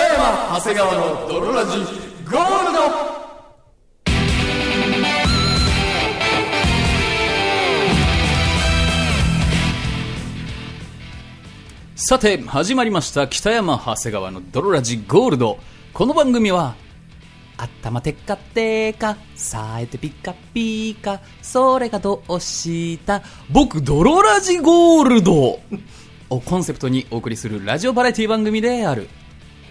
長谷川の泥ラジゴールドさて始まりました北山長谷川の泥ラジゴールドこの番組は頭テカテカ、さえてピカピカ、それがどうした僕、泥ラジゴールドをコンセプトにお送りするラジオバラエティ番組である。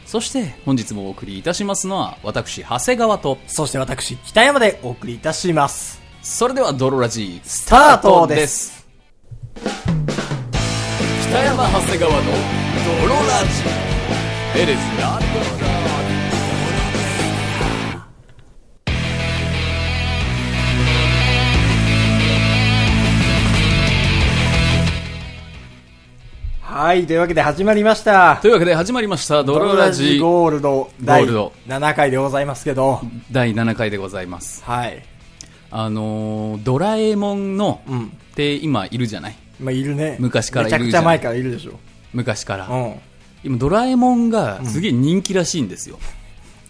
そして、本日もお送りいたしますのは、私、長谷川と、そして私、北山でお送りいたします。それでは泥ラジ、スタートです。北山長谷川の泥ラジ。エレスラはい、というわけで始まりましたと。いうわけで始まりました、泥ラジゴールド第ゴールド7回でございますけど、第7回でございます。はい。あのードラえもんの、うんって今いるじゃないまあ、いるね。昔からいるじゃんめちゃくちゃ前からいるでしょ。昔から、うん。今ドラえもんがすげえ人気らしいんですよ、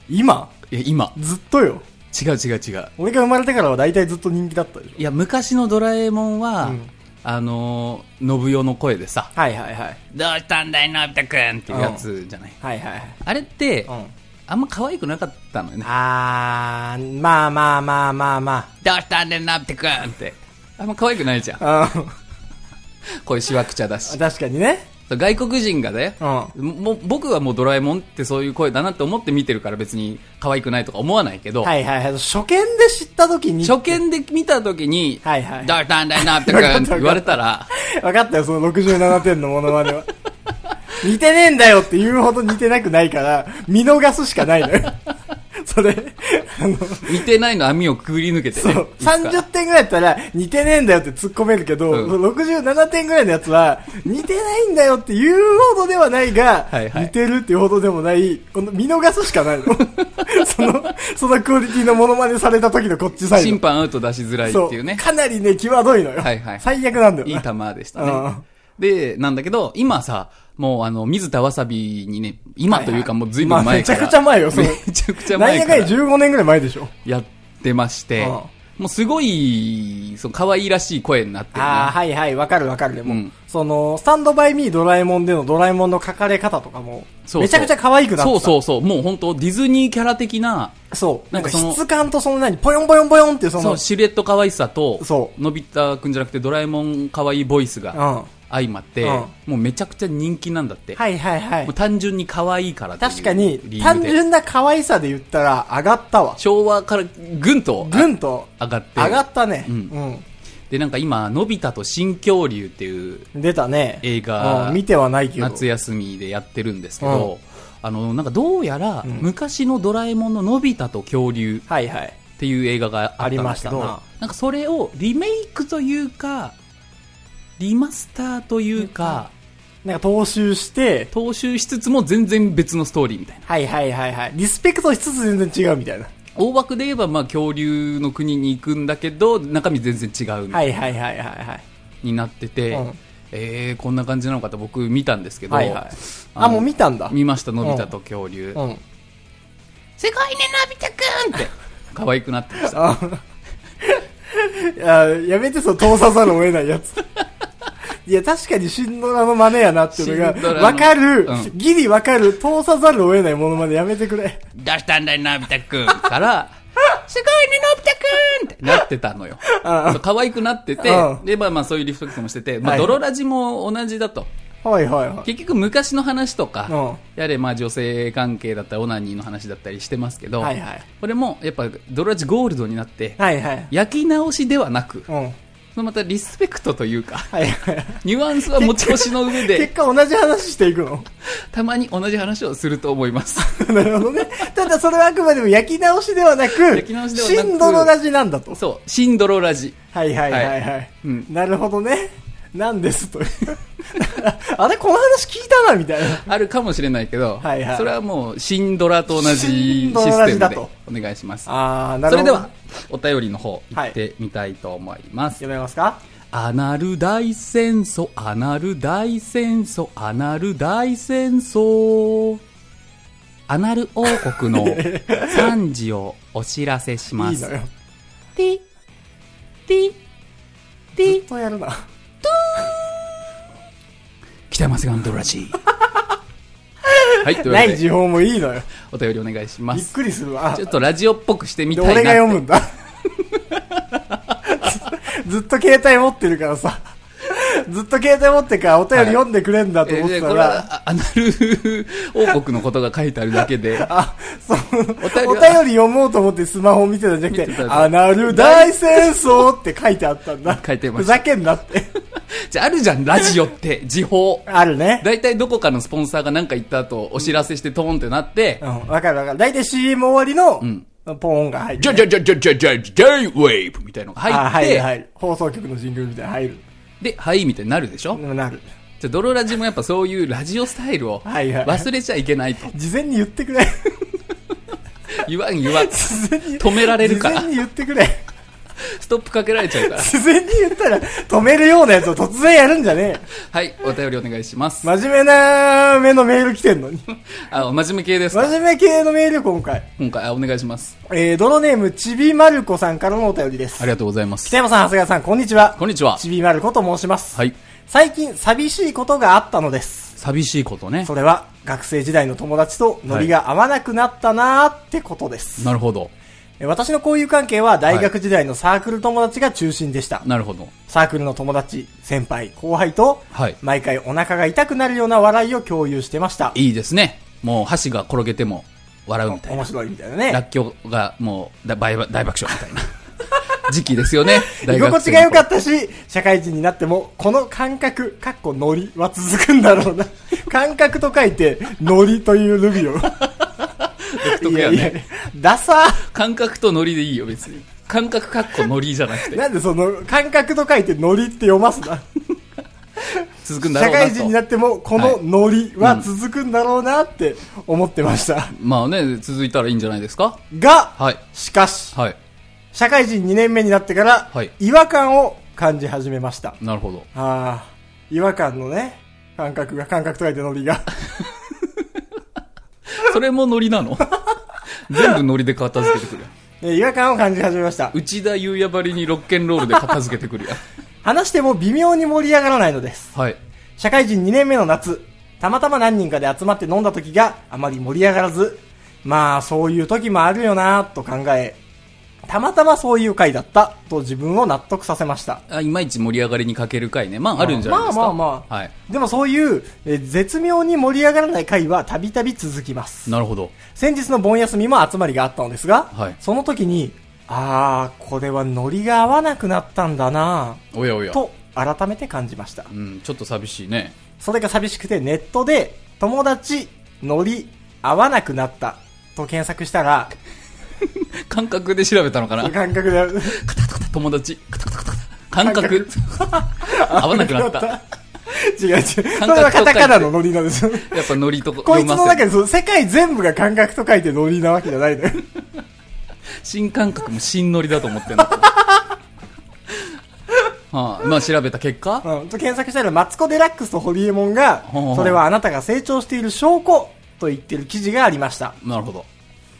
今いや今ずっとよ。違う違う違う俺が生まれてからは大体ずっと人気だったでしょ。いや昔のドラえもんは、うんあのー信代の声でさはいはいはい。 「どうしたんだいのび太くん」っていうやつじゃない、はいはいはい。あれって、うん。あんま可愛くなかったのよねあー、まあまあまあまあま「どうしたんだいのび太くん」ってあんま可愛くないじゃんあ。うん。こういうしわくちゃだし確かにね。そう外国人がね、うもう僕はもうドラえもんってそういう声だなって思って見てるから別に可愛くないとか思わないけど、はいはいはい。初見で知った時に。初見で見た時に、はいはいだだんだいなって言われたら、 分かったよ、その67点のモノマネは。 似てねえんだよって言うほど似てなくないから、見逃すしかないのよ。 それ、あの、似てないの網をくぐり抜けてそね、う、いつか30点ぐらいだったら、似てねえんだよって突っ込めるけど、う67点ぐらいのやつは、似てないんだよって言うほどではないが、はいはい似てるっていうほどでもない、この見逃すしかないの。 その、そのクオリティのモノマネされた時のこっちサイド。審判アウト出しづらいっていうねそ、かなりね、際どいのよ。はいはい最悪なんだよいな。い球でしたうねん。で、なんだけど、今さ、もうあの、水田わさびにね、今というかはいもはいう随分前から。まあめちゃくちゃ前よそめれちゃくちゃ前かなんやらかんや15年ぐらい前でしょ。やってまして、うんもうすごい、そう、可愛らしい声になってるああ、な。はいはい、わかるわかる。でも、うんその、スタンドバイミードラえもんでのドラえもんの書かれ方とかも、そうそうめちゃくちゃ可愛くなった。そうそうそう。もう本当ディズニーキャラ的な、う。そう。ななんかんかその質感とその何、ぽよんぽよんぽよんっていうそその、う、シルエット可愛さと、そうのび太くんじゃなくてドラえもん可愛いボイスうん。がは相まって、うんもうめちゃくちゃ人気なんだって。いはいはもうい。単純に可愛いからっていう確かに理、由単で。純な可愛さで言ったら上がったわ。昭和からぐんとぐんと、上がって。上がったね。ううんん。で、なんか今、のび太と新恐竜っていう出たね。映画うん見てはないけど。夏休みでやってるんですけど、あの、なんかどうやら、ん昔のドラえもんののび太と恐竜はいはい。っていう映画があったんありだまけしたど、ななんかそれをリメイクというか、リマスターというか、なんか踏襲して、踏襲しつつも全然別のストーリーみたいな。はいはいはいはい。リスペクトしつつ全然違うみたいな。大枠で言えば、まあ恐竜の国に行くんだけど、中身全然違うみたはいいはいはいはいはい。になってて、うんえー、こんな感じなのかと僕見たんですけど、はいはい。あのあ、もう見たんだ。見ました、のび太と恐竜。うん。すごいね、のび太くんって、可愛くなってました。あいややめて、その通さざるを得ない やつ。いや、確かにシンドラの真似やなっていうシンのドラが、のわかる、うんギリわかる、通さざるを得ないものまでやめてくれ。出したんだよ、のび太くん。 から、すごいね、のび太くんってなってたのよ。そう可愛くなっててう、んで、まあまあそういうリフレクトもしてて、まはあいはい泥ラジも同じだと。はいはいはい。結局昔の話とうか、ん。やれまあ女性関係だったり、オナニーの話だったりしてますけどはいはい、これもやっぱ泥ラジゴールドになって、はいはい。焼き直しではなくう、ん。はそのまたリスペクトというか、 いはい。ニュアンスは持ち越しの 上結で、果同じ話していくの たまに同じ話をすると思います。 なるほどね。ただそれはあくまでも焼き直しではなく、焼き直しではなくシンドのラジなんだと。そう、新泥ラジ。はいはいはいはい。うんなるほどね。なんですという。 あれこの話聞いたなみたいな。あるかもしれないけど、はいはいそれはもう、新ドラと同じシ新ドラスラテムジでだとお願いします。あー、なそるれほど。では、、お便りの方、行ってみたいと思います。読めますかアナル大戦争、アナル大戦争、アナル大戦争。アナル王国 の惨事をお知らせしまいいす。のよ。ティティテずィっとやるな。北山瀬がのドラジー。はい、というわなけいで、時報もいいのよ。お便りお願いしまびっす。くりするわちょ。っとラジオっぽくしてみで、たいな。俺が読むんだ。 ずずっと携帯持ってるからさ。ずっと携帯持ってからお便り読んでくれんだとえ思ーっでてたこれら、はあアナル王国のことが書いてあるだけで、あ、そう、お便便りはり読もうと思ってスマホを見てたんじゃなく見てて、たアナル大戦争って書いてあったんだ。書いてまふしたざけんなって。じゃああるじゃん、ラジオって、時報。あるね。大体どこかのスポンサーがなんか言った後、お知らせしてトーンってなってう、ん、わかるわかる。だいたい CM 終わりの、ポーンが入る。じゃじゃじゃじゃじゃじゃ、J-Wave! みたいなのがあ、入っ入るて、入る。放送局のジングルみたいな入る。で、はいみたいになるでしょ、うんなる。じゃあドロラジもやっぱそういうラジオスタイルをはいはい忘れちゃいけないと。事前に言ってくれ。言わん言わん。事前に。止められるから事前に言ってくれ。ストップかけられちゃうから。事前に言ったら、止めるようなやつを突然やるんじゃねえ。はい、お便りお願いします。真面目な目のメール来てんのに。あ、お真面目系ですか真面目系のメール今回。今回、あ、お願いします。えー、ドロネーム、ちびまる子さんからのお便りですあ。りがとうございます北。山さん、長谷川さん、こんにちは。こんにちは。ちびまる子と申します。はい。最近、寂しいことがあったのです。寂しいことねそ。れは、学生時代の友達とノリが合わなくなったなーってことです。なるほど。え私の交友関係は、大学時代のサークル友達が中心でした。なるほど。サークルの友達、先輩、後輩と、はい毎回お腹が痛くなるような笑いを共有してました。いいですね。もう箸が転げても笑うみたい面な。白いみたいならね。っきょうがもうだ大ば大爆笑みたいな 時期ですよね。 居大心学地生がの良頃かったし、社会人になっても、この感覚、かっこノリは続くん だろうな。感覚と書いて、ノリというルビを。独い特ややいやね。、ダサー感覚とノリでいいよ、別に。感覚かっこノリじゃなくて。なんでその、感覚と書いてノリって読ますな。続くんだろ社うなと。会人になっても、このノリは続くんだろうなって思ってました。まあね、続いたらいいんじゃないですかが、はい。しかし、はい。社会人2年目になってからはい、違和感を感じ始めました。なるほど。ああ、違和感のね、感覚が、感覚と書いてノリが。それもノリなの 全部ノリで片付けてくるやん。えー違和感を感じ始めました。内田優也ばりにロッケンロールで片付けてくるやん。話しても微妙に盛り上がらないのです。 はい。社会人2年目の夏、たまたま何人かで集まって飲んだ時があまり盛り上がらず、まあそういう時もあるよなぁと考え、たまたまそういう回だったと自分を納得させました。あいまいち盛り上がりに欠ける回ね。まああるんじゃないですか。まあまあまあはい。でもそういう、えー絶妙に盛り上がらない回はたびたび続きます。なるほど。先日の盆休みも集まりがあったのですが、はいその時に、あー、これはノリが合わなくなったんだなおやおぁや。と改めて感じました。うん、ちょっと寂しいね。それが寂しくてネットで友達、ノリ、合わなくなったと検索したら、感覚で調べたのかな感覚で、カタカタ友達、カタカタカタ感覚。合わなくなった。や 違う違う。感覚と書いそれてはカタカナのノリなんですよ。っぱノリとこ読いつまの中せる。でその世界全部が感覚と書いてノリなわけじゃない のよ。新感覚も新ノリだと思ってん だと思うはあ、まあ調べた結果うん、と検索したら、マツコ・デラックスとホリエモンがほうほ、うそれはあなたが成長している証拠と言ってる記事がありました。なるほど。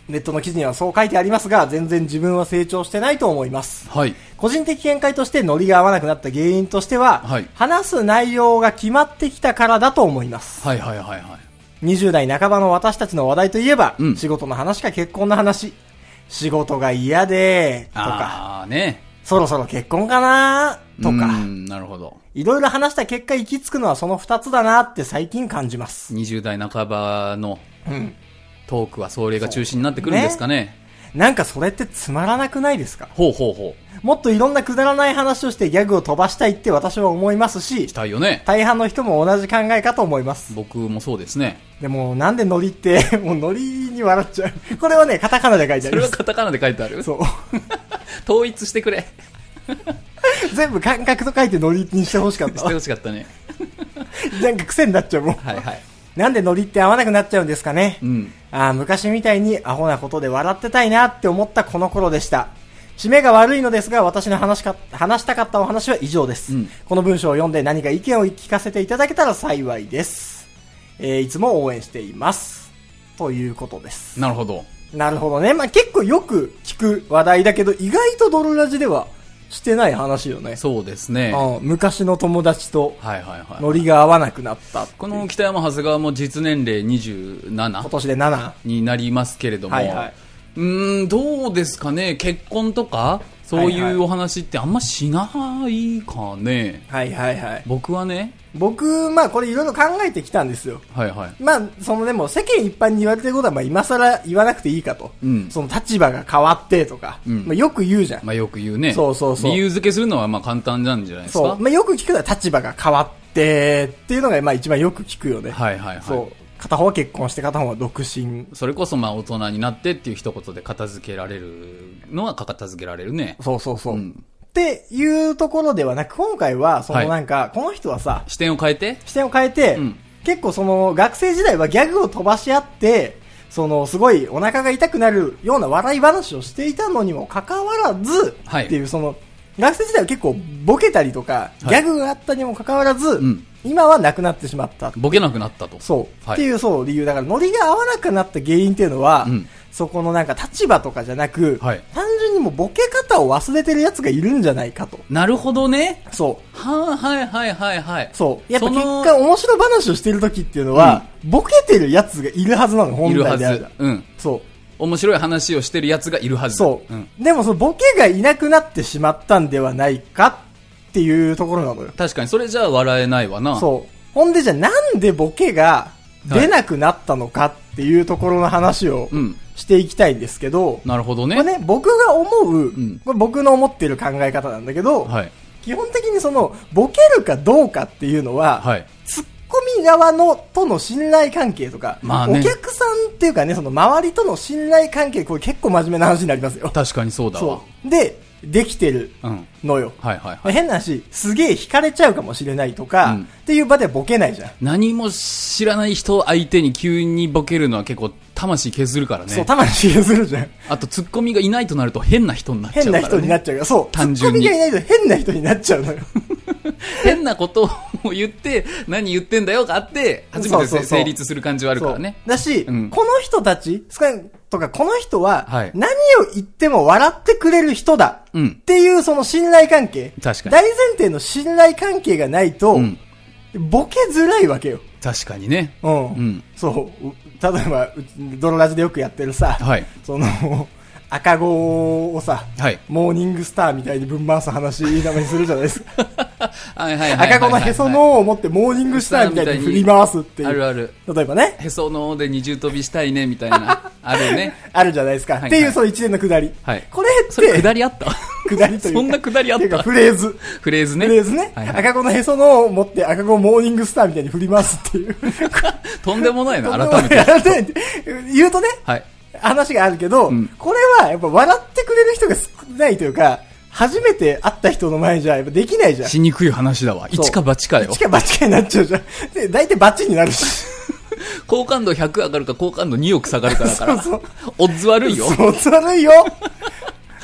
ネットの記事にはそう書いてありますが、全然自分は成長してないと思います。はい。個人的見解としてノリが合わなくなった原因としては、はい話す内容が決まってきたからだと思います。はいはいはいはい。 20代半ばの私たちの話題といえば、うん仕事の話か結婚の話。仕事が嫌で、とか、ああ、ね。そろそろ結婚かな、とうか、ん。なるほど。いろいろ話した結果行き着くのはその2つだなって最近感じます。 20代半ばのうん。トークはそれが中心になってくるんですかね。なんかそれってつまらなくないですかほうほうほもっといろんなくだらない話をしてギャグを飛ばしたいって私は思いますしう。し、たいよね。大半の人も同じ考えかと思います。僕もそうですね。でも、なんでノリって、もうノリに笑っちゃう。これはね、カタカナで書いてあそりれまはす。カタカナで書いてあるそう。統一してくれ。 全部感覚と書いてノリにしてほしかっしてた。ほしかったね。なんか癖になっちゃうもん。はいはい。なんでノリって合わなくなっちゃうんですかね。うん。ああ、昔みたいにアホなことで笑ってたいなって思ったこの頃でした。締めが悪いのですが、私の話か、話したかったお話は以上です。うんこの文章を読んで何か意見を聞かせていただけたら幸いです。えーいつも応援しています。ということです。なるほど。なるほどね。まあ、結構よく聞く話題だけど、意外とドロラジではしてない話よね。そうですね。はうん、昔の友達といはいはノい。リが合わなくなった。この北山長谷川も実年齢27今年で7。になりますけれども、はいはいうーん、どうですかね、結婚とか、そうはいいうはお話ってあんましないかね。はいはいはい。僕はね、僕、まあこれいろいろ考えてきたんですよ。はいはい。まあ、そのでも世間一般に言われてることは、まあ今更言わなくていいかと。うんその立場が変わってとか、うんまあよく言うじゃん。まあよく言うね。そうそうそう理由付けするのはまあ簡単なんじゃないですそう。か。まあよく聞くのは立場が変わってっていうのが、まあ一番よく聞くよね。はいはいはい。そう。片方は結婚して片方は独身。それこそまあ大人になってっていう一言で片付けられるのは片付けられるね。そうそうそう。うんっていうところではなく、今回は、そはのいなんか、この人はさ、視点を変えて、視点を変えて、うん結構その学生時代はギャグを飛ばし合って、そのすごいお腹が痛くなるような笑い話をしていたのにもかかわらず、はいっていうその学生時代は結構ボケたりとか、はいギャグがあったにもかかわらず、ん今はなくなってしまった。ボケなくなったと。そう、はいっていうそう理由だからノリが合わなくなった原因っていうのは、うんそこのなんか立場とかじゃなく、はい単純にもうボケ方を忘れてるやつがいるんじゃないかと。なるほどね。そう。はあ、はいはいはいはい。そう。やっぱそ結の果、面白話をしてる時っていうのは、ボケてるやつがいるはずなの、い本るは来であれずば。。うん。そ面白い話をしてるやつがいるはう。ず。そう、ん、でもそのボケがいなくなってしまったんではないかっていうところなのよ。確かに、それじゃ笑えないわな。そう。ほんでじゃあなんでボケが出なくなったのかっていうところの話をうん。していきたいんですけど、なるほどね。これね、僕が思う、んこれ僕の思ってる考え方なんだけど、はい。基本的にその、ボケるかどうかっていうのは、はい。ツッコミ側のとの信頼関係とか、まあねお客さんっていうかね、その周りとの信頼関係、これ結構真面目な話になりますよ。確かにそうだわそ。う。で、できてるうん。のよ。はいはいはい。変な話、すげえ惹かれちゃうかもしれないとか、うんっていう場ではボケないじゃん。何も知らない人相手に急にボケるのは結構魂削るからそう、ね。魂がするじゃん。あと、ツッコミがいないとなると変な人になっちゃう変から、なね。人になっちゃうから、そう。単純にツッコミがいないと変な人になっちゃうのよ。変なことを言って、何言ってんだよがあって、初めてせそうそうそう成立する感じはあるからね。そうだし、うんこの人たち、少なくとかこの人ははい、何を言っても笑ってくれる人だ。うんっていうその信頼関係。確かに大前提の信頼関係がないと、うんボケづらいわけよ。確かにね。うん。うんそう。う例えば、うドロラジでよくやってるさ、はいその、赤子をさ、はいモーニングスターみたいにぶん回す話なのにするじゃないですか。はいはいはいはいはい赤子のへその緒を持ってモーニングスターみたいに振り回すっていう。あるある。例えばね。へその緒で二重跳びしたいね、みたい な。あるね。あるじゃないですいか。はいっていうその一連のくだり。はいこれって、それ、下りあった下りというかそんな下りあっっていうかたフレーズ。フレーズね。フレーズね。はいはい赤子のへその緒を持って赤子をモーニングスターみたいに振りますっていう。 とんでもないな、改 めて。改めて言うとね、はい。話があるけど、んこれはやっぱ笑ってくれる人が少ないというか、初めて会った人の前じゃやっぱできないじゃん。しにくい話だわ。そう一か八かよ一。か八かになっちゃうじゃん。で、大体バチになるし。好感度100上がるか好感度2億下がるかだから。そうそうオッズ悪いよ。そう、つ まるいよ。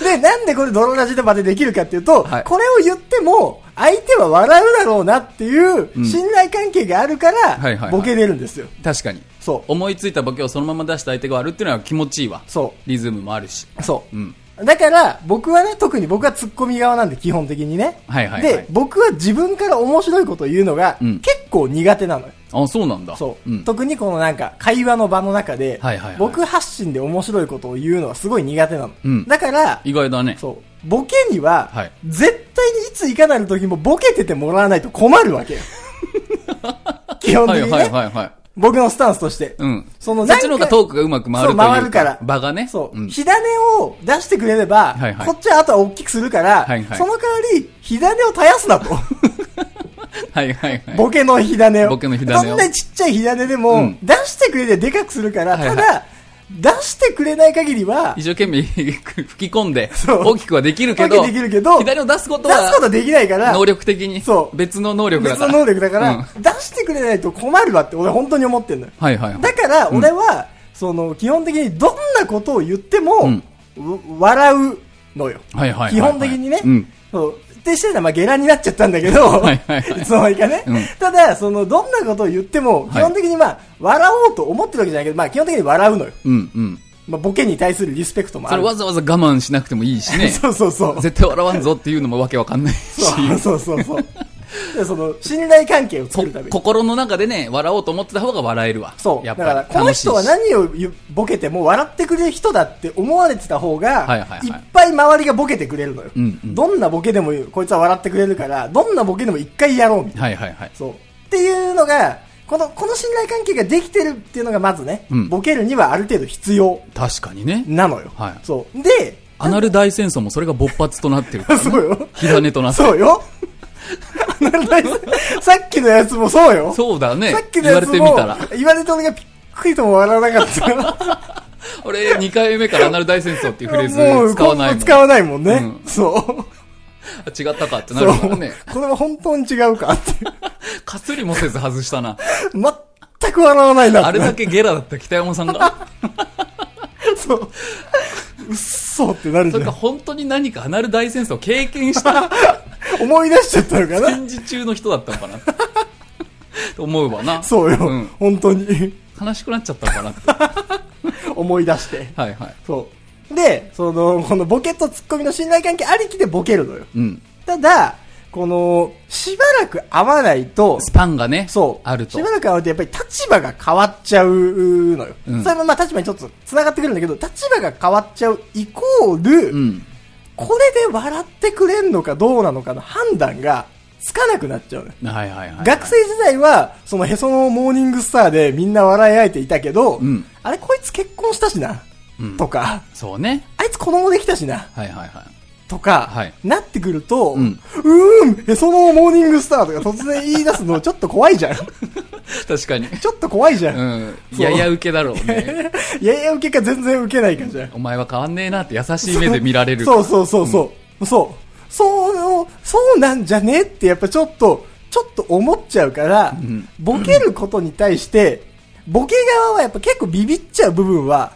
で、なんでこれ泥ラジでまでできるかっていうと、はいこれを言っても、相手は笑うだろうなっていう信頼関係があるかはいはいはら、いボケれるんですよ。確かに。そう思いついたボケをそのまま出した相手が悪いっていうのは気持ちいいわ。そリズムもあるし。う。そう。うんだから、僕はね、特に僕はツッコミ側なんで、基本的にね。はいはいはいで、僕は自分から面白いことを言うのが、うん結構苦手なのよ。あ、そうなんだ。そう、ん。特にこのなんか、会話の場の中で、はいはいはい僕発信で面白いことを言うのはすごい苦手なの。うんだから、意外だね。そう。ボケには、はい絶対にいついかなる時もボケててもらわないと困 るわけよ。基本は的いにね、はいはいはい。僕のスタンスとして。うん。そのそなんっかちの方がトークがうまく回るといそうう回るから。場がね。そう。ん 火種を出してくれれば、はいはいこっちはあとは大きくするから、はいはいその代わり、火種を絶やすなと。はいはいはい。ボケの火種を。ボケの火種をどんなちっちゃい火種でうもん、出してくれてでかくするかはら、いはいただ、出してくれない限りは一、生懸命 吹き込んで、そう大きくはできるけど、大きくできるけど左を出すこ出とすことはは、できないから、能力的にそ、う別の能力だ別かのら。能力だから、うん出してくれないと困るわって俺本当に思ってんのよ。はいはいはい。だから俺は、その、基本的にどんなことを言っても、うんう笑うのよ。はいはいはいはい基本的にね、うんそう定してるのは、まあ、ゲラになっちゃったんだけど、はい はいはいつの間にかね。うんただ、その、どんなことを言っても、基本的にまあ、笑おうと思ってるわけじゃないけど、まあ、基本的に笑うのよ。うんうん。まあ、ボケに対するリスペクトもあそれる。わざわざ我慢しなくてもいいしね。 そうそ うそう。絶対笑わんぞっていうのもわけわかんないし。そうそうそうそう。でその、信頼関係を作こるために。心の中でね、笑おうと思ってた方が笑えるわ。そう。やっだぱかりら、この人は楽しいし何を言うボケても笑ってくれる人だって思われてた方が、はいいはいはいっぱい周りがボケてくれるのよ。うんうんどんなボケでもこいつは笑ってくれるから、どんなボケでも一回やろうみたいな。はいはいはい。そう。っていうのが、この、この信頼関係ができてるっていうのがまずね、うんボケるにはある程度必要確かにね。なのよ。はいそう。で、アナル大戦争もそれが勃発となってるからね。そうよ火種となって。そうよ。あの大事さっきのやつも そうよ。そうだねさっ。き言のやわつれもてみたら。言われたのがびっくりとも笑わなかった。俺、2回目からアナル大戦争っていうフレーもズう使わないもん。使わないもんね。うそう。違ったかってなそるう。からね。これは本当に違うかって。かすりもせず外したな。全く笑わないなって。あれだけゲラだった北山さん が。そう。うっそってなるじそれゃかん。本当に何かアナル大戦争を経験した思い出しちゃったのかな戦時中の人だったのかなってと思うわな。そうよ。ん本当に。悲しくなっちゃったのかなって。思い出して。はいはい。そう。で、その、このボケとツッコミの信頼関係ありきでボケるのよ。うん。ただ、この、しばらく会わないと、スパンがね、そう。あるとしば。らく会うとやっぱり立場が変わっちゃうのよ。うんそれもまあ立場にちょっと繋がってくるんだけど、立場が変わっちゃうイコール、うん。これで笑ってくれんのかどうなのかの判断がつかなくなっちゃうのよ。はいはいはい。学生時代は、そのへそのモーニングスターでみんな笑い合えていたけど、うんあれこいつ結婚したしな、うんとか、そうね。あいつ子供できたしな、はいはいはい。とか、はいなってくると、ううんーん、へそのモーニングスターとか突然言い出すのちょっと怖いじゃん。 ち確かに。ょっと怖いじゃん。うん。そうやや受けだろうね。い やいや受けが全然受けないからじゃん。お前は変わんねえなって優しい目で見られる。そうそうそうそう。そう。そう、そうなんじゃねってやっぱちょっと、ちょっと思っちゃうから、んボケることに対して、ボケ側はやっぱ結構ビビっちゃう部分は、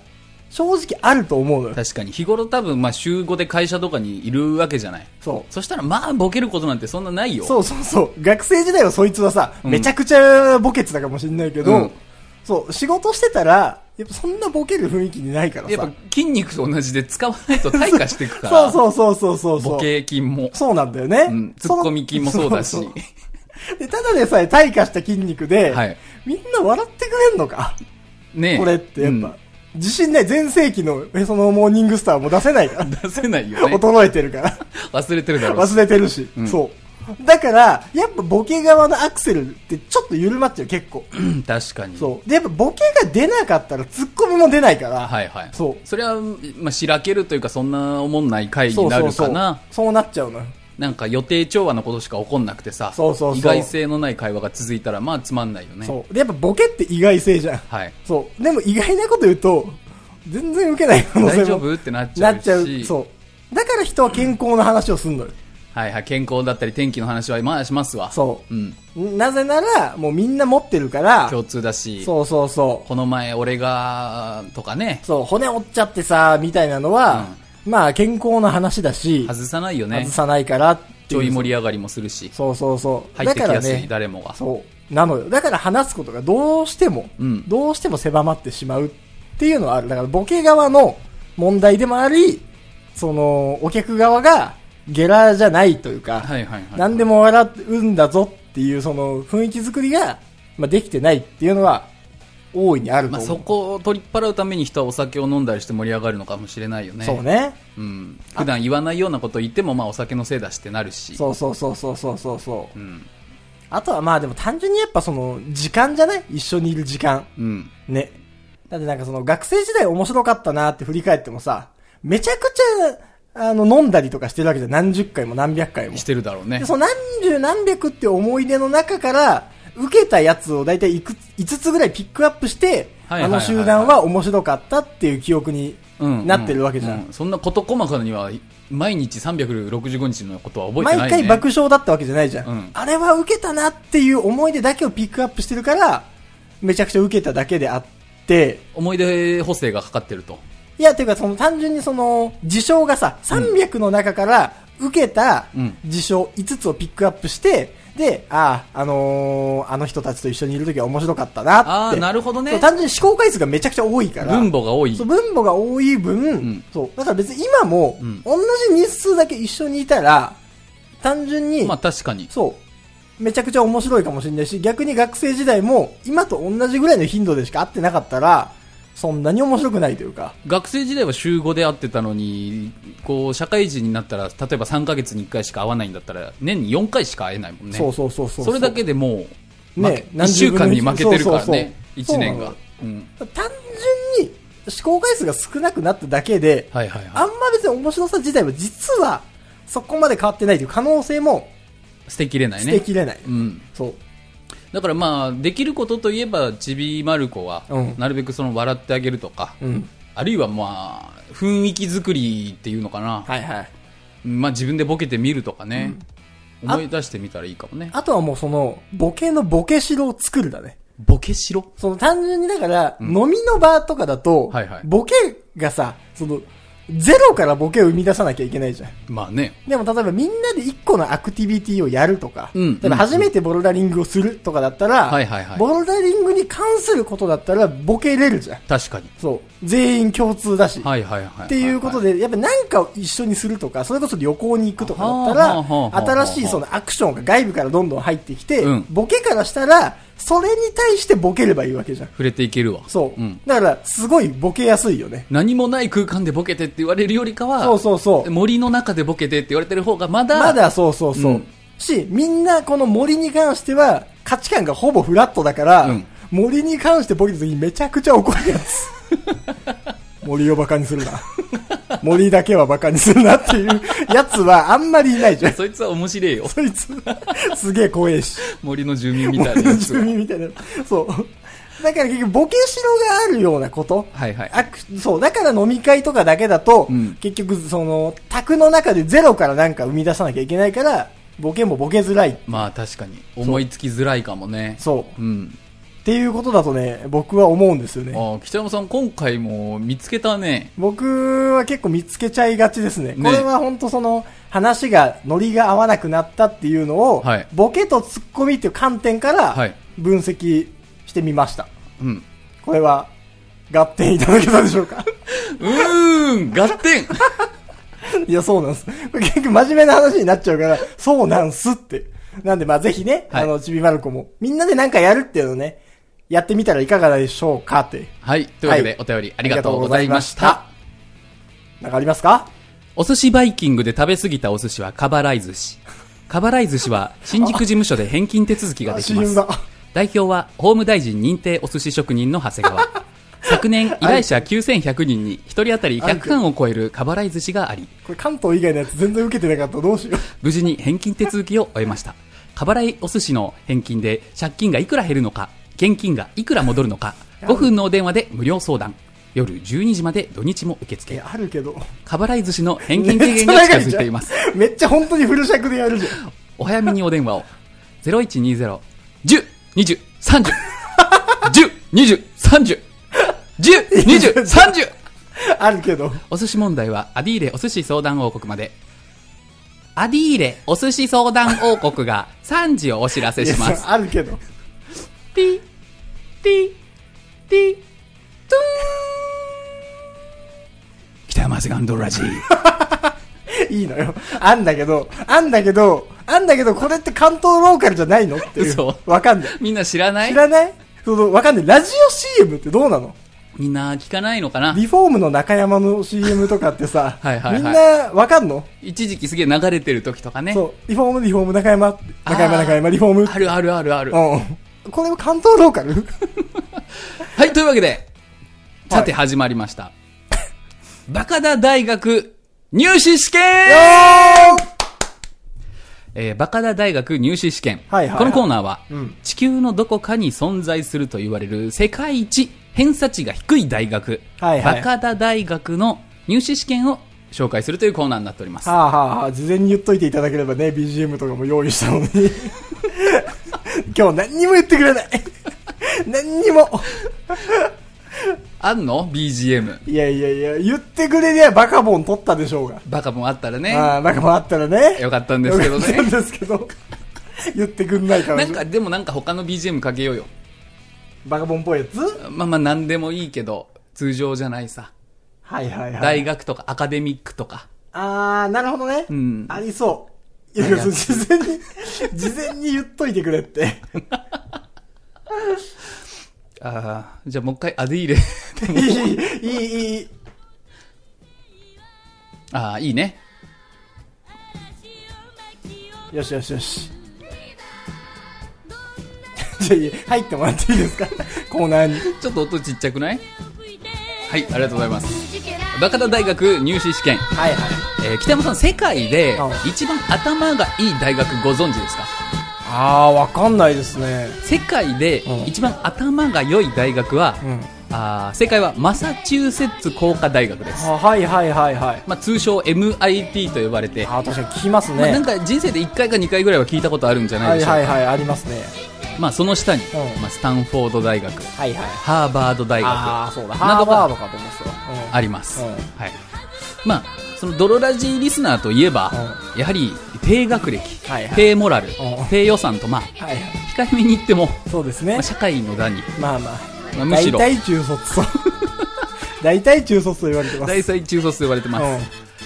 正直あると思うのよ。確かに日頃多分まあ週5で会社とかにいるわけじゃないそそしたらまあボケることなんてそんなないよう。そうそうそう。学生時代はそいつはさ、うんめちゃくちゃボケてたかもしれないけど、うんそう、仕事してたら、やっぱそんなボケる雰囲気にないからやっさぱ。筋肉と同じで使わないと退化していくから そうそうそうそうそうそう。ボケ筋も、そうなんだよね。うん、ツッコミ筋もそうだしそのそうそうでただでさえ退化した筋肉で、はいみんな笑ってくれんのか、ねえこれってやっぱ。うん自信ない、全盛期のへそのモーニングスターも出せない から。出せないよね衰えてるから。忘れてるだろうし忘れてるし、んそう。だから、やっぱボケ側のアクセルってちょっと緩まっちゃう、結構。うん確かにそう。で、やっぱボケが出なかったらツッコミも出ないから。はいはいそうそれは、まあ、しらけるというかそんなおもんない回そにうなそうるそかうな。そうなっちゃうのよ。なんか予定調和のことしか起こんなくてさそうそうそう意外性のない会話が続いたらまあつまんないよねそう。で、やっぱボケって意外性じゃん。はいそう。でも意外なこと言うと、全然受けない可能性も大丈夫ってなっちゃなうしっちゃう。そう。だから人は健康の話をすんのよ。はいはい、健康だったり天気の話はまあしますわ。。そうん。う。なぜなら、もうみんな持ってるから、共通だし、そうそうそこの前俺が、とかねう。、そう、骨折っちゃってさ、みたいなのは、まあ健康の話だし、外さないよね外。さないからってちいうょい盛り上がりもするし、そうそうそう。入ってだきからやすねい、、誰もが。そう。なのよ。だから話すことがどうしても、うんどうしても狭まってしまうっていうのはある。だからボケ側の問題でもあり、その、お客側がゲラじゃないというか、はいはいはい。何でも笑うんだぞっていうその雰囲気作りが、まあ、できてないっていうのは大いにあるとまあ思う。そこを取り払うために人はお酒を飲んだりして盛り上がるのかもしれないよね。そう。ね。うん。普段言わないようなこと言ってもまあお酒のせいだしってなるし。そうそうそうそうそうそうそう。うん。あとはまあでも単純にやっぱその時間じゃない一緒にいる時間。うん。ね。だってなんかその学生時代面白かったなって振り返ってもさ、めちゃくちゃ、あの、飲んだりとかしてるわけじゃん何十回も何百回もし。てるだろうねで。その何十何百って思い出の中から、受けたやつを大体いくつ5つぐらいピックアップして、はいはあいはいはいの集団は面白かったっていう記憶にうん。なってるわけじゃん。ううそんなこと細かには、毎日365日のことは覚えてな毎いね。回爆笑だったわけじゃないじゃん,、うんあれは受けたなっていう思い出だけをピックアップしてるから、めちゃくちゃ受けただけであって、思い出補正がかかってると。いや、ていうか、その単純にその、事象がさ、300の中から受けたうん事象5つをピックアップして、で、ああ、あのーあの人たちと一緒にいるときは面白かったなって。あーなるほどねそう単純に思考回数がめちゃくちゃ多いから。分母が多いそう、分母が多い分、んそう。だから別に今も、うん同じ日数だけ一緒にいたら、単純に、まあ確かにそう。めちゃくちゃ面白いかもしれないし、逆に学生時代も今と同じぐらいの頻度でしか会ってなかったら、そんなに面白くないというか。学生時代は週5で会ってたのにこう社会人になったら例えば3ヶ月に1回しか会わないんだったら年に4回しか会えないもんねそうそうそうそう。それだけでもう、ね負け1何十週分間のに一負けてるからねそうそう1そう年がそうん単純に思考回数が少なくなっただけで、はいはいはあんま別に面白さ自体は実はそこまで変わってないという可能性もい捨てきれない捨ねてきれない。うんそう。だからまあできることといえばちびまる子はうんなるべくその笑ってあげるとか、うん。あるいはまあ雰囲気作りっていうのかな、はいはい。まあ、自分でボケてみるとかね、思い出してみたらいいかもねあとはもうその、ボケのボケしろを作るだね。ボケしろその単純にだから、飲みの場とかだと、はいはいボケがさ、その、ゼロからボケを生み出さなきゃいけないじゃん。まあねでも例えばみんなで一個のアクティビティをやるとか、うん例えば初めてボルダリングをするとかだったら、はいはいはいボルダリングに関することだったらボケれるじゃん。確かにそう。全員共通だし。はいはいはいっていうことで、やっぱ何かを一緒にするとか、それこそ旅行に行くとかだはあったはあはあはあら、新しいそのアクションが外部からどんどん入ってきてうん、ボケからしたら、それに対してボケればいいわけじゃん。触れていけるわそう。ん、だから、すごいボケやすいよね。何もない空間でボケてって言われるよりかはそうそうそう。森の中でボケてって言われてる方がまだまだそうそうそう。うんし、みんなこの森に関しては、価値観がほぼフラットだから、うん森に関してボケた時にめちゃくちゃ怒るやつ。 森をバカにするな。森だけはバカにするなっていう やつはあんまりいないじゃん。そいつは面白い よそいつ、すげえ怖えし。森の住民みたい森なのやつ住民みたいな。そう。だから結局、ボケしろがあるようなこと。はいはいあくそう、だから飲み会とかだけだと、うん結局、その、卓の中でゼロからなんか生み出さなきゃいけないから、ボケもボケづらい。まあ確かに思いつきづらいかもね、そうん、う。っていうことだとね、僕は思うんですよね。ああ北山さん今回も見つけたね僕は結構見つけちゃいがちですね。ねこれは本当その、話が、ノリが合わなくなったっていうのを、はいボケとツッコミっていう観点からはい、分析してみました。うんこれは、合点いただけたでしょうかうーん合 点いや、そうなんです。これ結構真面目な話になっちゃうから、そうなんすって。なんで、まあ、ぜひね、はいあの、ちびまる子も、みんなでなんかやるっていうのをね、やってみたらいかがでしょうかって。はいというわけで、はいお便りありがとうございましたありがとうございました。なんかありますかお寿司バイキングで食べ過ぎたお寿司はカバライ寿司カバライ寿司は新宿事務所で返金手続きができまあす CM だ代表は法務大臣認定お寿司職人の長谷 川昨年依頼者9100人に1人当たり100貫を超えるカバライ寿司があり これ関東以外のやつ全然受けてなかったらどうしよ 無事に返金手続きを終えました。過払いお寿司の返金で借金がいくら減るのか、現金がいくら戻るのか、5分のお電話で無料相談。夜12時まで土日も受う。い付や、。あるけど。過払い寿司の返金期限が近づいています。 めっちゃ本当にフル尺でやるじゃん。お早めにお電話を。0120、10、20、30。10、20、30。10、20、30。あるけど。お寿司問題はアディーレお寿司相談王国まで。アディーレお寿司相談王国が3時をお知らせしまいやす。あるけど。ピッ、ピッ、ピッ、トゥーン北山セカンドラジー。 いいのよ。あんだけど、あんだけど、あんだけど、これって関東ローカルじゃないのっていう。嘘わかんない。みんな知らない知らないその、わかんない。ラジオ CM ってどうなのみんな聞かないのかなリフォームの中山の CM とかってさ、 はいはいはいみんなわかんの一時期すげえ流れてる時とかね。そう。リフォーム、リフォーム、中山って、あー中山、中山、リフォーム。あるあるあるある。はうん。これは関東ローカルい、というわけで、さて始まりました。 バカダ大学入試試験えーバカダ大学入試試験、はいはいはいこのコーナーは、うん地球のどこかに存在すると言われる世界一偏差値が低い大学、はいはいバカダ大学の入試試験を紹介するというコーナーになっております、はあはあはあ、事前に言っといていただければね、BGM とかも用意したのに。 今日何にも言ってくれない。何にも。あんの ?BGM。いやいやいや、言ってくれりゃバカボン取ったでしょうが。バカもあったらね。ああ、バカボンあったらね。よかったんですけどねよかったんです けど。言ってくんないから。なんか、でもなんか他の BGM かけようよ。バカボンっぽいやつまあまあ何でもいいけど、通常じゃないさ。はいはいはい。大学とかアカデミックとか。あー、なるほどね。うんありそう。いや、そう事前に、事前に言っといてく れって。ああ、じゃあもう一回アディーレ。いい、いい、いい、いい。 ああ、いいね。よしよしよし。じゃあいい、入ってもらっていいですかコーナーに。ちょっと音ちっちゃくないはい、ありがとうございます。バカダ大学入試試験。はいはい。えー北山さん、世界でうん一番頭がいい大学ご存知ですかあー、わかんないですね。世界でうん一番頭が良い大学は、うん。あー正解はマサチューセッツ工科大学です。あはいはいはいはい。まあ、通称 MIT と呼ばれて、あー、確かに聞きますね。まあ、なんか人生で1回か2回ぐらいは聞いたことあるんじゃなはいでいしょうか。はいはい、ありますね。まあ、その下に、うんまあ、スタンフォード大学、はいはい。ハーバード大学あー、そうだ。なハどーバーがドかと思ってた。あります。うんはい。まあ、そのドロラジリスナーといえば、やはり低学歴、はいはい低モラル、ん低予算と、まあ、うん。はいはい。控えめに言っても、そうですまねあ、。社会の段に、まあまあ。まあ、むしろ、大体中卒 と。大体中卒と言われてます。大体中卒と呼ばれてま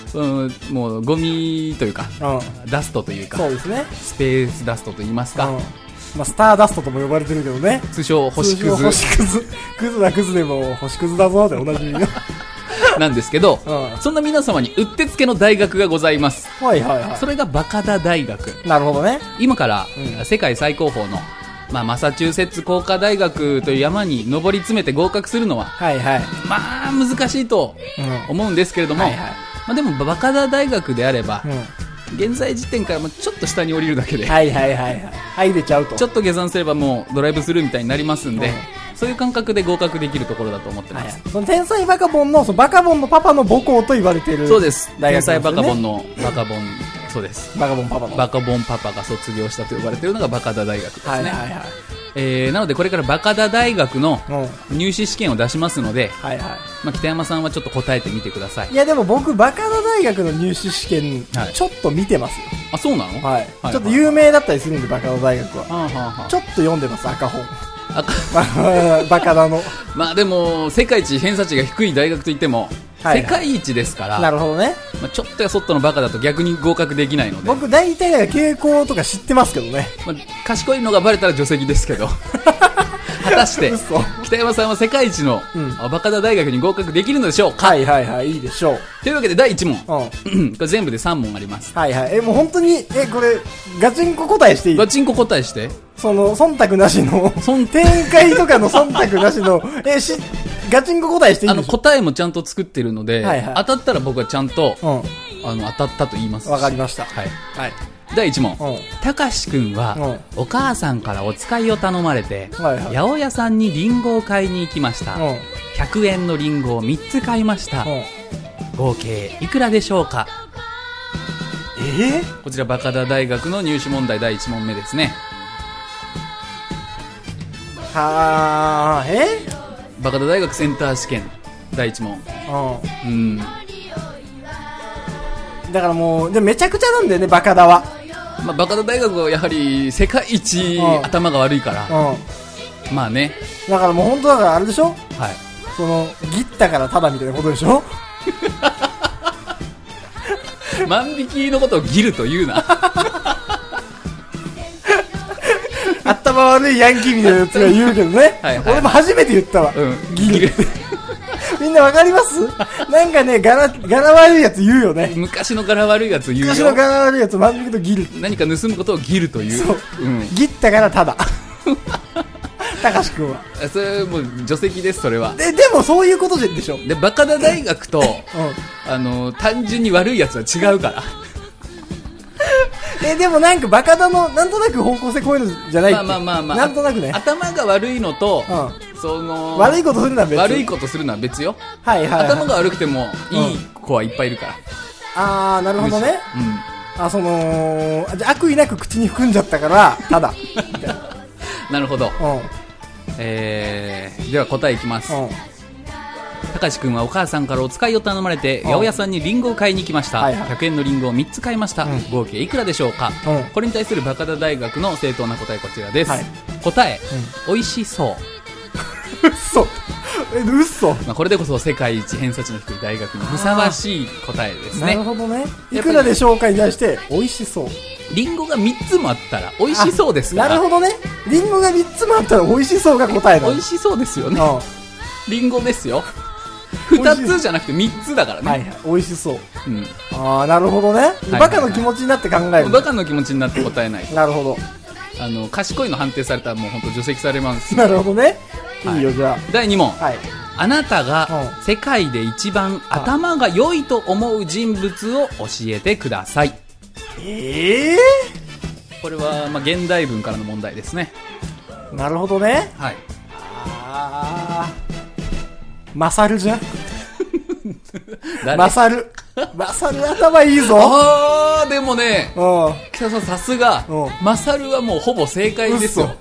す。うん、もう、ゴミというか、うん。うん。ダストというかそ、うですね。スペースダストと言いますうんか、。まあ、スターダストとも呼ばれてるけどね。通称星通常屑星屑。クズだクズでも星屑だぞでおなじみの。 はなんですけど、うんそんな皆様にうってつけの大学がございます。いはいはそれがバカダ大学。い。なるほどね。今から、うん世界最高峰の、まあ、マサチューセッツ工科大学という山に登り詰めて合格するのは、はいはい。まあ、難しいとうん。思うんですけれども、はいはいまあ、でも、バカダ大学であればう、ん。現在時点からもうちょっと下に降りるだけで、はいはいはいはい。入れちゃうと。ちょっと下山すればもうドライブスルーみたいになりますんで、うんそういう感覚で合格できるところだと思ってます。はいはいその天才バカボンの、そのバカボンのパパの母校と言われてる。そうです。大天学才バカボンの。のバカボン、そうです。バカボンパパの。バカボンパパが卒業したと呼ばれているのがバカダ大学ですね。はいはいはい。えー、なのでこれからバカダ大学のうん。入試試験を出しますので、はいはい。まあ、北山さんはちょっと答えてみてくださいい。やでも僕、バカの大学の入試試験はい、ちょっと見てますよ。あ、そうなのはい。ちょっと有名。名だったりするんで、バカの大学は。はあ、はあはあ、ちょっと読んでます、赤本。 あかバカだの。まあでも、世界一偏差値が低い大学といっても、はい世界一ですから、なるほどね。まあ、ちょっとやそっとのバカだと逆に合格できないので、ま僕、大体なんか傾向とか知ってますけどね。あ、賢いのがバレたら除籍ですけ ど、果たして、嘘。北山さんは世界一の、うんあバカダ大学に合格できるのでしょうか、はいはいはい、いいでしょう。というわけで第1問。うん。 これ全部で3問あります。はいはい。え、もう本当に、え、これ、ガチンコ答えしていいガチンコ答えして。その、忖度なしの、忖展開とかの忖度なし の、え、し、ガチンコ答えしていいあんでの、しょ答えもちゃんと作ってるので、はいはい当たったら僕はちゃんと、うあの、当たったと言いますし。ん。わかりました。はい。はい。第1問。うん。たかしくんは、お母さんからお使いを頼まれて、はいはい八百屋さんにリンゴを買いに行きました。うん。 100円のリンゴを3つ買いました。うん。合計いくらでしょうかえこちら、バカダ大学の入試問題第1問目ですね。ー、はー、えバカダ大学センター試験第1問。ううん。ん。だからもう、でめちゃくちゃなんだよね、バカだは。まあ、バカダ大学はやはり世界一うん頭が悪いから、うまあね、ん。だからもう本当だからあれでしょはい。その、ギったからただみたいなことで しょ 万引きのことをギルと言う な。頭悪いヤンキーみたいなやつが言うけどね。はいはい俺も初めて言ったわ。うん。ギル。みんなわかりますなんかね、柄、柄悪いやつ言うよね。昔の柄悪いやつ言う昔よの。柄悪いやつ、万引きとギル。何か盗むことをギルという。そう。うん。ギったからた だ。たかしくんは。あそれもう除籍です、それは。で、でもそういうことでしょうん。で、バカダ大学 と、あの、単純に悪いやつは違うから。え、でもなんかバカだの、なんとなく方向性こういうのじゃないっまあてまあまあまあ。なんとなくね。頭が悪いのと、うその、悪いことするな、別に。悪いことするのは別よ。はいはい、頭はい。が悪くても、いい子はいっぱいいるから。あー、なるほどね。うん。あ、その、じゃあ悪意なく口に含んじゃったから、た だ。なるほど。うん。うん。えー、では答えいきます。高志くんはお母さんからお使いを頼まれてうん八百屋さんにリンゴを買いに行きました、はいはい100円のリンゴを3つ買いました、合計いくらでしょうか、うんこれに対するバカダ大学の正当な答えこちらです、はい答え、美味しそう、嘘え嘘まあ、これでこそ世界一偏差値の低い大学にふさわしい答えですなるねほどね。いくらでしょうかに対して、美味しそう。リンゴが3つもあったら美味しそうですかならるほどね。リンゴが3つもあったら美味しそうが答えなの。美味しそうですよねうんリンゴですよ美味しい2つじゃなくて3つだからね、はいはい。美味しそう。うんああ、なるほどね。はいバカの気持ちになって考える。バカの気持ちになって答えないなるほど。 あの賢いの判定されたらもう本当除籍されますなるほどね。はいいいよ、じゃ第2問、あ。はい。あなたがう世界で一番頭が良いと思う人物を教えてくださいええこれは、まあ、現代文からの問題ですねなるほどね。はいああ。マサルじゃん。誰マサル。マサル頭いいぞ。あーでもねうん。北田さんさすがうんマサルはもうほぼ正解ですよ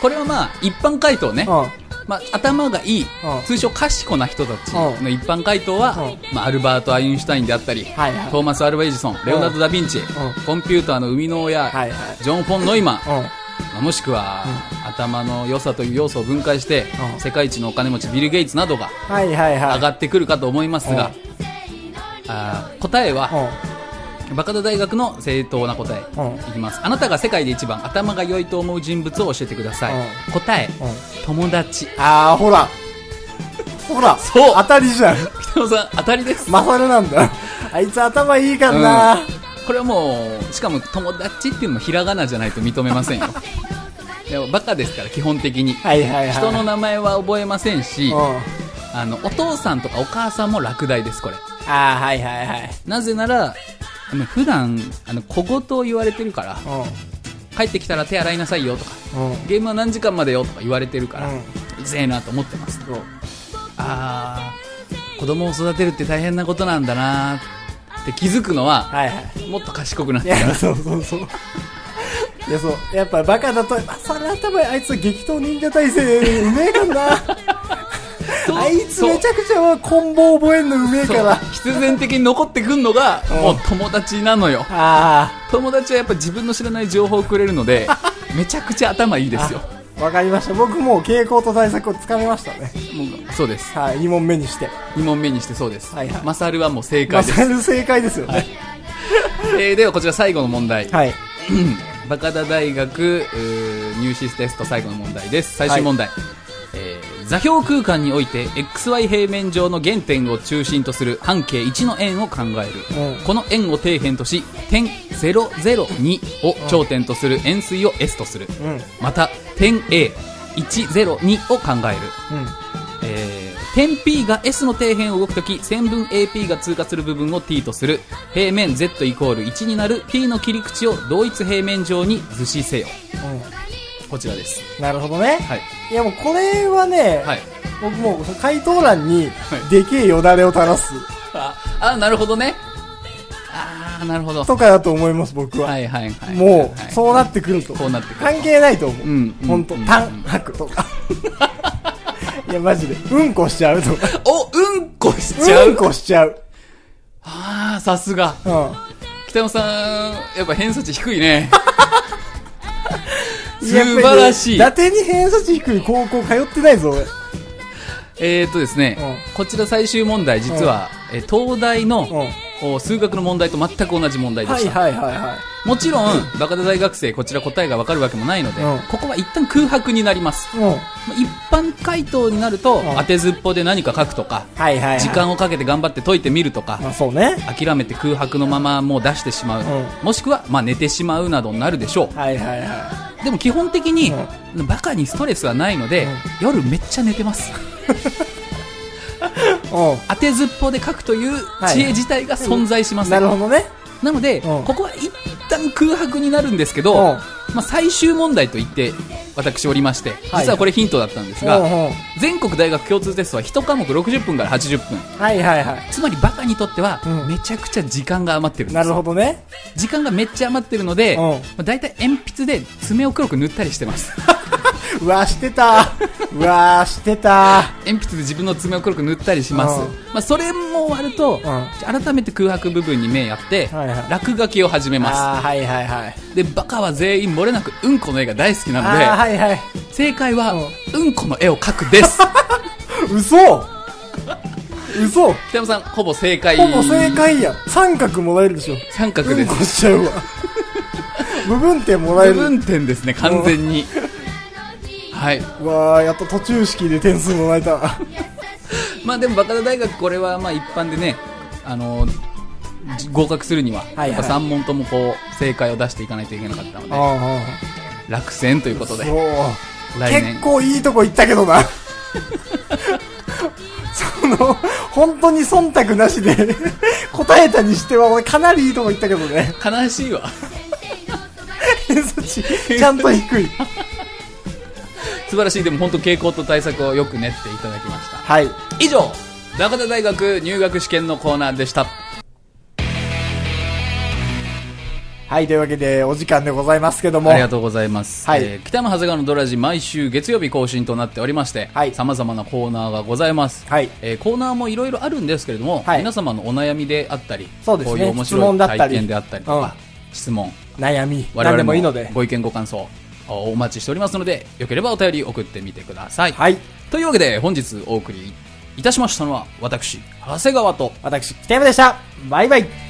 これはまあ一般回答ね、うん。まあ、頭がいい、ん通称賢な人たちの一般回答は、うまあ、アルバート・アインシュタインであったり、はいはいトーマス・アルバ・エジソンレオナルド・ダ・ヴィンチ、んコンピューターの生みの親、はいはいジョン・フォン・ノイマン、うん。まあもしくは、頭の良さという要素を分解して、うん世界一のお金持ちビル・ゲイツなどがはいはいはい。上がってくるかと思いますが、あー答えは、バカダ大学の正当な答え、うんいきますあなたが世界で一番頭が良いと思う人物を教えてください、う答え、うん。うん。友達あー、ほら。ほら。そう当たりじゃん。北野さん当たりですマサルなん だ。あいつ頭いいからな。これはもうしかも友達っていうのもひらがなじゃないと認めませんよ でもバカですから基本的にはいはいはい。人の名前は覚えませんし、うん。あのお父さんとかお母さんも落第ですこれあー、はいはいはい。なぜならあの普段あの小言を言われてるから帰ってきたら手洗いなさいよとかうん。うん。ゲームは何時間までよとか言われてるから、ううんぜえなと思ってますそう。あー子供を育てるって大変なことなんだなって気づくのははいはい。もっと賢くなっいてからや、そうそうそう。いや、そう。やっぱバカだと、マサル頭いいあいつ激闘忍者体制うめえからな。そうあいつめちゃくちゃコンボ覚えんのうめえそうから。必然的に残ってくんのが、うんもう友達なのよあ友達はやっぱ自分の知らない情報をくれるの でめちゃくちゃ頭いいですよあ。わかりました。僕もう傾向と対策をつかめましたね。もうそうですはい、2問目にして。 2問目にしてそうです、はいはいマサルはもう正マ解です、サル正解ですよね。えーではこちら最後の問題、はい。バカダ大学うー入試テスト最後の問題です最終問題、えー座標空間において xy 平面上の原点を中心とする半径1の円を考える、うんこの円を底辺とし点002を頂点とする円錐を S とする、うん。また点 A102 を考えるうん。えー点 P が S の底辺を動くとき線分 AP が通過する部分を T とする平面 Z イコール1になる T の切り口を同一平面上に図示せようこちらですん。なるほどね。はいいやもうこれはね、はい僕もう回答欄にい、でけえよだれを垂らすああなるほどねああなるほどとかだと思います、僕は。はいはいはいも、はいうそうなってくると。こうなってくる関係ないと思う。うんうんほんとうん、タン、吐くと か。いや、マジで。うんこしちゃうとか。おうんこしちゃう、うんこしちゃう。ああさすがうん。北山さんやっぱ偏差値低い ね素やっぱりね晴らしい伊達に偏差値低い高校通ってないぞ、俺。えー、っとですね、うこちら最終問題実は、えー東大の、お数学の問題と全く同じ問題ではいした、はいはいはもちろんバカ田大学生こちら答えが分かるわけもないので、うんここは一旦空白になりますい。もう。まあ一般回答になると、ん当てずっぽで何か書くとか、はいはいはい。時。間をかけて頑張って解いてみるとか、まあそうね。諦めて空白のままもう出してしまう、うもしくは、まあ、寝てしまうなどになるでしょはいはいはうでも基本的に、バカにストレスはないので、うん夜めっちゃ寝てますい。う当てずっぽで書くというはい知恵自体が存在しまん。せん、なるほどね。なので、うんここは一旦空白になるんですけど、うんまあ、最終問題と言って私おりましてはい実はこれヒントだったんですが、うんうん。全国大学共通テストは1科目60分から80分はいはいはつまりバカにとってはうんめちゃくちゃ時間が余ってるんい。でなす、るほどね。時間がめっちゃ余ってるので、うんまあ、大体鉛筆で爪を黒く塗ったりしてます うわ、してた。 うわ、してた。鉛筆で自分の爪を黒く塗ったりします、うんまあ、それも終わると、改めて空白部分に目やって、はいはい落書きを始めまあーはいはいはい。すでバカは全員漏れなくうんこの絵が大好きなので、あーはいはい。正解は、ううんこの絵を描く です嘘嘘北山さんほぼ正解ほぼ正解やん。三角もらえるでしょ。三角うでんすこ、しちゃうわ。部分点もらえ部る。分点ですね完全にはいわー、やっと途中式で点数もらえた。まあでもバカ田大学これはまあ一般でねあのじ合格するには、はいやっぱ3問ともこう正解を出していかないといけなかったのでああ。落選ということでそう来年結構いいとこ行ったけどなその本当に忖度なしで答えたにしては俺かなりいいとこ行ったけどね悲しいわ 偏差値ちゃんと低い素晴らしいでも本当傾向と対策をよく練っていただきましたはい以上バカ田大学入学試験のコーナーでしたはいというわけでお時間でございますけどもありがとうございます。はいえー北山長谷川のドラジ、毎週月曜日更新となっておりまして、はい様々なコーナーがございます。はいえーコーナーもいろいろあるんですけれども、はい皆様のお悩みであったり、そうですねこういう面質白問いだった体り験であったりとか、質問、悩み我々何でもいいのでご意見ご感想、おお待ちしておりますので、よければお便り送ってみてください。はいというわけで、本日お送りいたしましたのは、私、長谷川と、私北山でしたバイバイ